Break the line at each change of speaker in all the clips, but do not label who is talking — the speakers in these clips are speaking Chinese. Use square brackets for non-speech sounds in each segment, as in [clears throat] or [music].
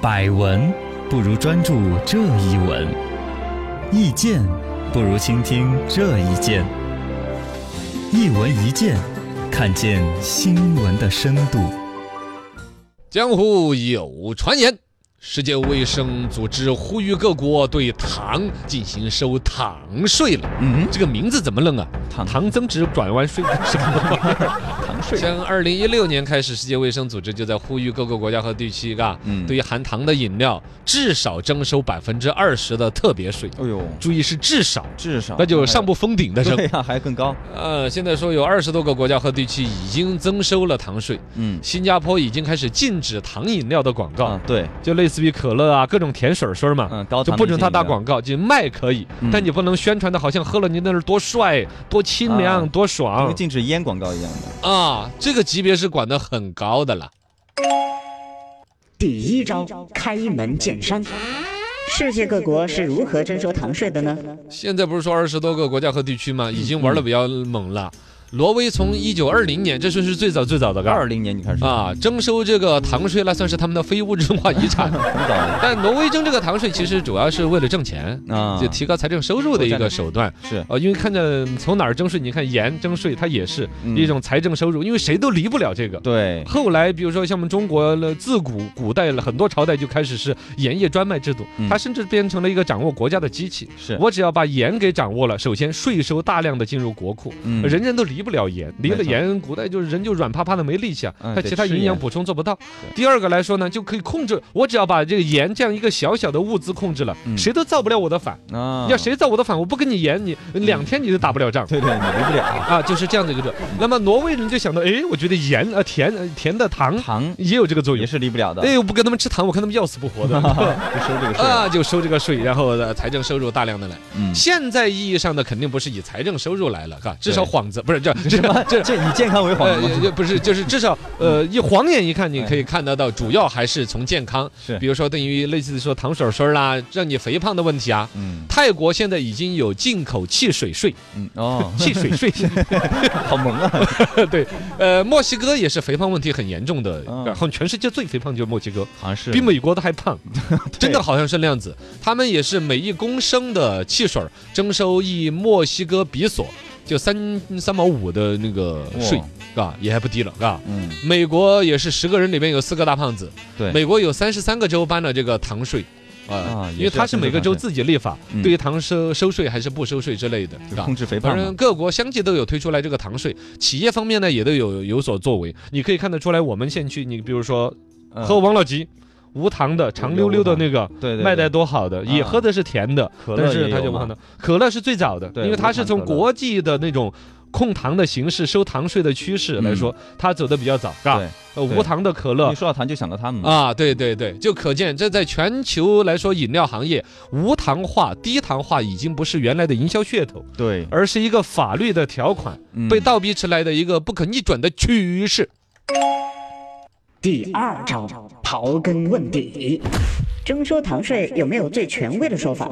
百闻不如专注这一闻，意见不如倾听这一见。一闻一见，看见新闻的深度。
江湖有传言，世界卫生组织呼吁各国对糖进行收糖税了。
嗯，
这个名字怎么弄啊？
糖
糖增值转弯税什么玩意儿？
[laughs] 糖税
像二零一六年开始，世界卫生组织就在呼吁各个国家和地区，嘎，
嗯
对于含糖的饮料至少征收百分之二十的特别税。
哎呦，
注意是至少，
至少
那就上不封顶的
对 [laughs] 哎
征。
呀、还更高。
呃，现在说有二十多个国家和地区已经增收了糖税，
嗯，
新加坡已经开始禁止糖饮料的广告。
啊，对，
就类似于可乐啊，各种甜水儿水儿嘛，
嗯高糖
就
的
不准他
饮料
打广告，就卖可以，
嗯
但你不能宣传的好像喝了你那是多帅、多清凉、
啊
多
跟
爽
禁止烟广告一样的。
啊，这个级别是管得很高的了。
第一招，开门见山。世界各国是如何征收糖税的呢？
现在不是说二十多个国家和地区嘛，已经
嗯
玩的比较猛了。挪威从一九二零年，这算是最早最早的
二
个
零年你开始，
啊，征收这个糖税，那算是他们的非物质文化遗
[laughs]
产。
很早了
但挪威征这个糖税，其实主要是为了挣钱。
啊
就，提高财政收入的一个手段
是
呃，因为看着从哪儿征税，你看盐征税，它也是
嗯
一种财政收入，因为谁都离不了这个。
对，
后来，比如说像我们中国的自古古代了很多朝代就开始是盐业专卖制度
嗯，
它甚至变成了一个掌握国家的机器。
是
我只要把盐给掌握了，首先税收大量的进入国库，
嗯
人人都离不了盐，离了
没错
盐，古代就是人就软趴趴的没力气啊
嗯，
他
得
其他
吃
营养
盐
补充做不到。第二个来说呢，就可以控制，我只要把这个盐这样一个小小的物资控制了，
嗯
谁都造不了我的反。
啊，
要谁造我的反，我不跟你演，你两天你就打不了仗。
对对，你离不了
啊，就是这样的一个。那么挪威人就想到，哎，我觉得盐啊甜呃甜的糖
糖
也有这个作
也
用。
是离不了的，
哎，我不跟他们吃糖，我看他们要死不
[laughs]
活的
不收这个税了。
啊，就收这个税，然后呢财政收入大量的来。
嗯，
现在意义上的肯定不是以财政收入来了，哈，至少
对
幌子不是这
[laughs]
这这。
这以健康为幌子
呃，也
吗？嗯哎
也不是，就是
[laughs]
至少，呃，一晃眼一看，你可以看得到，主要还是从健康，
是
比如说对于类似于说糖水水儿啦，让你肥胖的问题啊。
嗯
泰国现在已经有进口汽水税，
嗯
[laughs]
哦，
汽水税，
[laughs] 好萌
[laughs]
啊！
对，呃，墨西哥也是肥胖问题很严重的，
嗯
然后全世界最肥胖就是墨西哥，
好像是
比美国都
[laughs]
还胖，真的好像是那样子。他们也是每一公升的汽水儿征收一墨西哥比索，就三三毛五的那个税
哇，
啊，也还不低了，啊。
嗯，
美国也是十个人里面有四个大胖子，
对
美国有三十三个州颁了这个糖税。
啊
啊，因
也是
为它
要
是
征收
每个
糖
州
税
自己立法，
嗯
对于糖收收税还是不收税之类的，
就是
啊
控制肥
反
胖嘛
正。各国相继都有推出来这个糖税，企业方面呢也都有有所作为。你可以看得出来，我们县区，你比如说
嗯
喝王老吉，无糖的长溜溜的那个。
对对
卖
对
的多好的，也
啊
喝的是甜的，
可乐
但是
也
它
有
就不
嘛
可能。可乐是最早的，
对
因为它
无
是
糖
从
可乐
国际的那种控糖的形式、收糖税的趋势来说，它走的比较早，是
嗯
吧
对？
呃，
对
无糖的可乐
一说到糖就想到他们嘛。
啊，对对对，就可见这在全球来说，饮料行业无糖化、低糖化已经不是原来的营销噱头，
对，
而是一个法律的条款
嗯
被倒逼出来的一个不可逆转的趋势。
第二招，刨根问底。征收糖税有没有最权威的说法？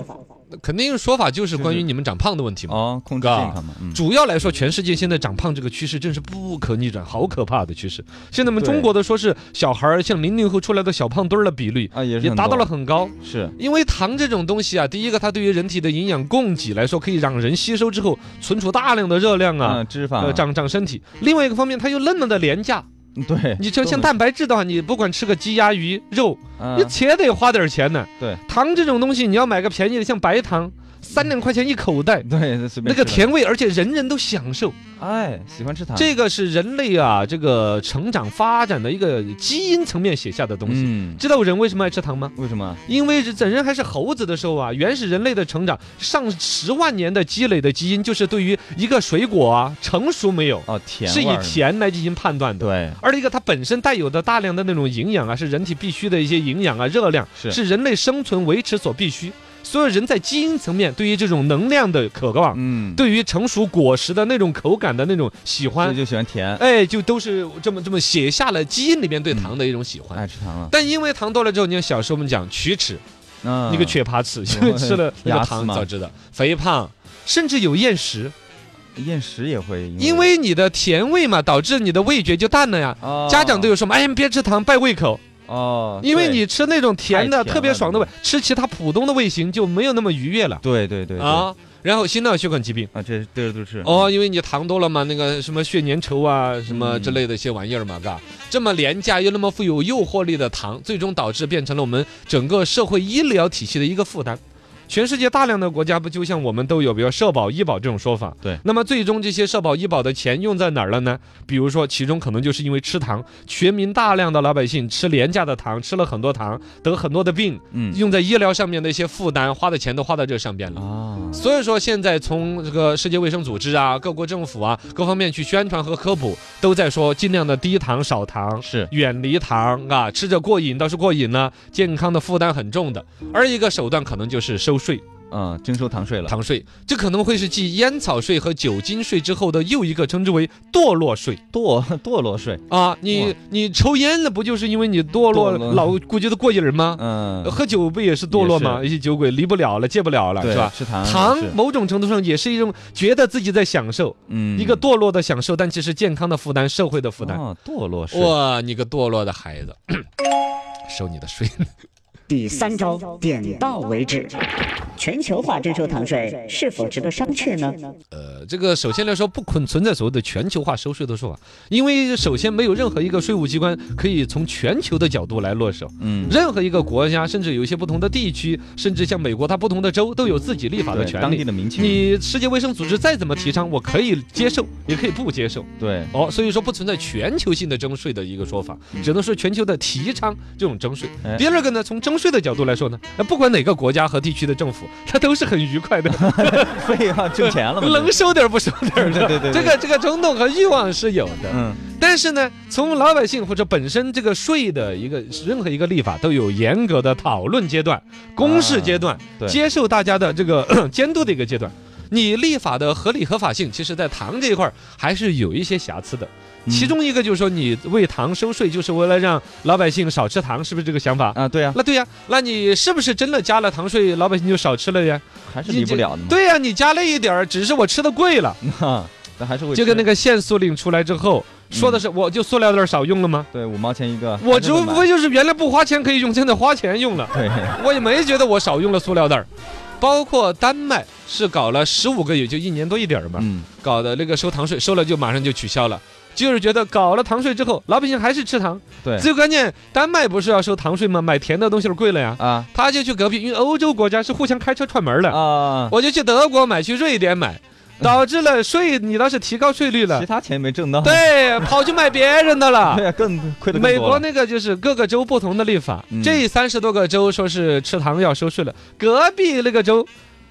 那肯定说法就是关于你们长胖的问题嘛。
哦，控制健康嘛。嗯，
主要来说，全世界现在长胖这个趋势真是不可逆转，好可怕的趋势。现在我们
对
中国的说是小孩儿像零零后出来的小胖墩儿的比率
啊也是
也
很
达到
多
了很高，
是
因为糖这种东西啊，第一个它对于人体的营养供给来说，可以让人吸收之后存储大量的热量啊。
嗯，脂肪
呃，长长身体。另外一个方面，它又那么的廉价，
嗯对，
你就像
大
蛋白质的话，你不管吃个鸡鸭鱼肉，
嗯
你且得花点钱呢。
对，
糖这种东西，你要买个便宜的，像白糖，三两块钱一口袋，
对随便
那
吃的
个甜味，而且人人都享受。
哎喜欢吃糖
这个是人类啊，这个成长发展的一个基因层面写下的东西。
嗯，
知道人为什么爱吃糖吗？
为什么？
因为人人还是猴子的时候啊，原始人类的成长上十万年的积累的基因，就是对于一个水果啊成熟没有，
哦，甜
是以
味儿
甜来进行判断的。
对
而一个它本身带有的大量的那种营养啊，是人体必须的一些营养啊、热量，
是
人类生存维持所必须。所有人在基因层面对于这种能量的渴望，
嗯，
对于成熟果实的那种口感的那种喜
所
欢
以，就喜欢甜，
哎，就都是这么这么写下了基因里面
嗯
对糖的一种喜欢。
爱吃糖了。
但因为糖多了之后，你看小时候我们讲龋齿，
嗯，
那个缺爬
[laughs]
齿，因为吃了那个
牙齿
糖
嘛
导致的肥胖，甚至有厌食，
厌食也会
嗯
因为你的甜味嘛，导致你的味觉就淡了呀。
哦
啊
家长都有说嘛，哎，你别吃糖，败胃口。
哦，
因为你吃那种甜的
太甜了
特别爽的味，吃其他普通的味型就没有那么愉悦了
对对对对啊，
啊。然后心脑血管疾病。
这这都是
哦，因为你糖多了嘛，那个什么血粘稠啊，什么
嗯
之类的一些玩意儿嘛，嘎，这么廉价又那么富有诱惑力的糖，最终导致变成了我们整个社会医疗体系的一个负担。全世界大量的国家不就像我们都有，比如社保、医保这种说法。
对
那么最终这些社保、医保的钱用在哪儿了呢？比如说，其中可能就是因为吃糖，全民大量的老百姓吃廉价的糖，吃了很多糖，得很多的病，
嗯
用在医疗上面的一些负担，花的钱都花到这上边了。
啊，
所以说，现在从这个世界卫生组织啊、各国政府啊各方面去宣传和科普，都在说尽量的低糖、少糖。
是
远离糖啊，吃着过瘾倒是过瘾呢，健康的负担很重的。而一个手段可能就是收税，
嗯，征收糖税了，
糖税，这可能会是继烟草税和酒精税之后的又一个称之为堕落税
堕堕落税，
啊！你
哇
你抽烟了，不就是因为你堕落
堕落
老估计的过瘾儿吗？
嗯，
喝酒不也是堕落吗？一些酒鬼离不了了，戒不了了，
对
是吧？
吃糖
糖
啊是
某种程度上也是一种觉得自己在享受，
嗯
一个堕落的享受，但其实健康的负担、社会的负担。
哦堕落税，
哇，你个堕落的孩
[clears throat]
子，收你的税！
第三招，点到为止。全球化征收糖税是否值得商榷呢？
呃，这个首先来说，不存存在所谓的全球化收税的说法，因为首先没有任何一个税务机关可以从全球的角度来落手。
嗯，
任何一个国家，甚至有一些不同的地区，甚至像美国，它不同的州都有自己立法的
对
权
当地
利。
的民情，
你世界卫生组织再怎么提倡，我可以接受，也可以不接受。
对 [laughs]
哦，所以说不存在全球性的征税的一个说法，只能说全球的提倡这种征税
嗯哎。
第二个呢，从征税的角度来说呢，那不管哪个国家和地区的政府，它都是很愉快
[laughs]
的，
废话挣钱
[laughs]
了嘛，
能收点儿不收点儿
对
的。
对对对，
这个这个冲动和欲望是有的，
嗯
但是呢，从老百姓或者本身这个税的一个任何一个立法都有严格的讨论阶段、公示阶段、
啊对
接受大家的这个 [clears throat] 咳监督的一个阶段。你立法的合理合法性，其实在糖这一块儿还是有一些瑕疵的。其中一个就是说，你为糖收税，就是为了让老百姓少吃糖，是不是这个想法？
啊对呀，
那对呀，那你是不是真的加了糖税，老百姓就少吃了呀？
还是离不了的嘛，
对呀，你加了一点儿，只是我吃的贵了，
[laughs] 哈，但还是会嗯
就跟那
个
个限塑令出来之后，说的是我就塑料袋儿少用了吗？
对五毛钱一个，
我
还是会
除
买
非就是原来不花钱可以用，现在花钱用了，
对
我也没觉得我少用了塑料袋儿。包括丹麦是搞了十五个月，就一年多一点儿嘛，
嗯
搞的那个收糖税，收了就马上就取消了，就是觉得搞了糖税之后，老百姓还是吃糖。
对
最关键，丹麦不是要收糖税吗？买甜的东西儿贵了呀，
啊
他就去隔壁，因为欧洲国家是互相开车串门儿的，
啊，嗯
我就去德国买，去瑞典买，导致了税你倒是提高税率了
其，他钱没挣
[laughs]
到，
对，跑去买别人的
[laughs]
了
对。呀，啊更亏的
美国那个就是各个州不同的立法，
嗯
这三十多个州说是吃糖要收税了，隔壁那个州。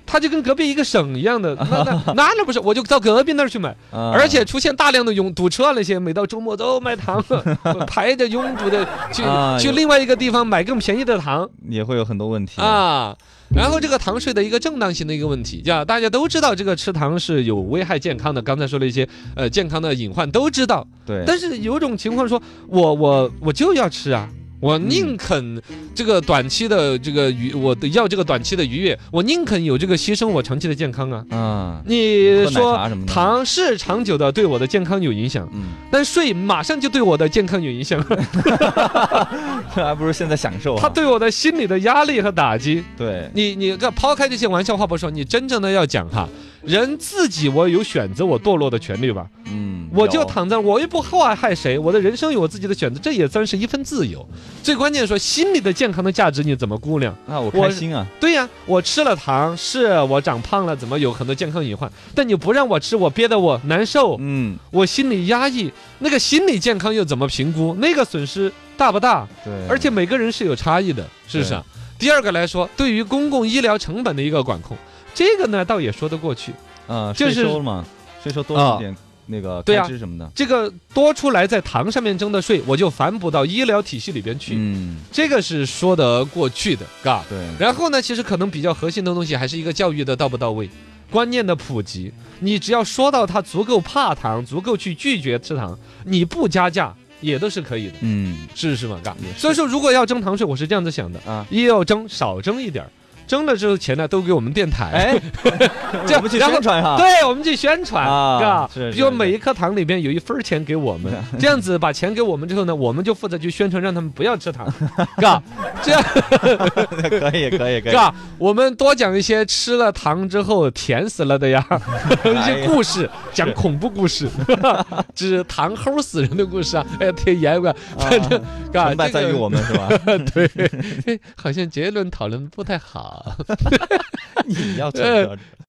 它就跟隔壁一个省一样的，那
[laughs]
那那那不是，我就到隔壁那儿去买，而
而
且出现大量的拥堵车那些，每到周末都卖糖
[laughs]
了，排着拥堵的去
啊
去
有
另外一个地方买更便宜的糖
也会有很多问题
啊。然后这个糖税的一个正当性的一个问题，呀，大家都知道这个吃糖是有危害健康的，刚才说了一些呃健康的隐患都知道，
对，
但是有一种情况说，我我我就要吃啊。我宁肯这个短期的这个愉，我的要这个短期的愉悦，我宁肯有这个牺牲我长期的健康啊。
啊，
你
喝奶
呃说
茶什么的
糖是长久的对我的健康有影响，
嗯， [laughs]
但税马上就对我的健康有影响，
还不如现在享受啊，
它对我的心理的压力和打击。
对
你你个抛开这些玩笑话不说，你真正的要讲哈，人自己我有选择我堕落的权利吧。
嗯，
我就
有
躺在，我又不祸害谁，我的人生有我自己的选择，这也算是一份自由。最关键说心理的健康的价值你怎么估量？
啊，我
我
开心啊，
对呀、我吃了糖，是我长胖了，怎么有很多健康隐患？但你不让我吃，我憋得我难受，
嗯，
我心里压抑，那个心理健康又怎么评估？那个损失大不大？
对，
而且每个人是有差异的，是不是啊？第二个来说，对于公共医疗成本的一个管控，这个呢倒也说得过去。
啊，
就
税
是
收了嘛，税收多
啊
一点那个
对
开
啊
支什么的，
这个多出来在糖上面征的税，我就反补到医疗体系里边去。
嗯，
这个是说得过去的，嘎。
对，
然后呢，其实可能比较核心的东西还是一个教育的到不到位，观念的普及。你只要说到他足够怕糖，足够去拒绝吃糖，你不加价也都是可以的，
嗯
是是吗？嘎
也。是
所以说，如果要征糖税，我是这样子想的
啊，
一要征少征一点儿。挣了之后钱呢都给我们电台， [laughs]
哎，
这
我们去
然后
宣传哈。
对我们去宣传，
啊
是吧？
是是
比如每一课堂里边有一分儿钱给我
[laughs]
们，这样子把钱给我们之后呢，我们就负责去宣传，让他们不要吃
[laughs]
糖，是吧？这样
对， [laughs] 可以可以可
是
以。
吧？我们多讲一些吃了糖之后甜死了的
[laughs]
呀，
哎
一些故事，讲恐怖故事， [laughs] 指糖齁死人的故事啊，哎，忒严格， [laughs] 反正是吧
啊成败在于我
[laughs]
们是吧？
对，哎好像结论讨论不太好。
你要这啊
呃
个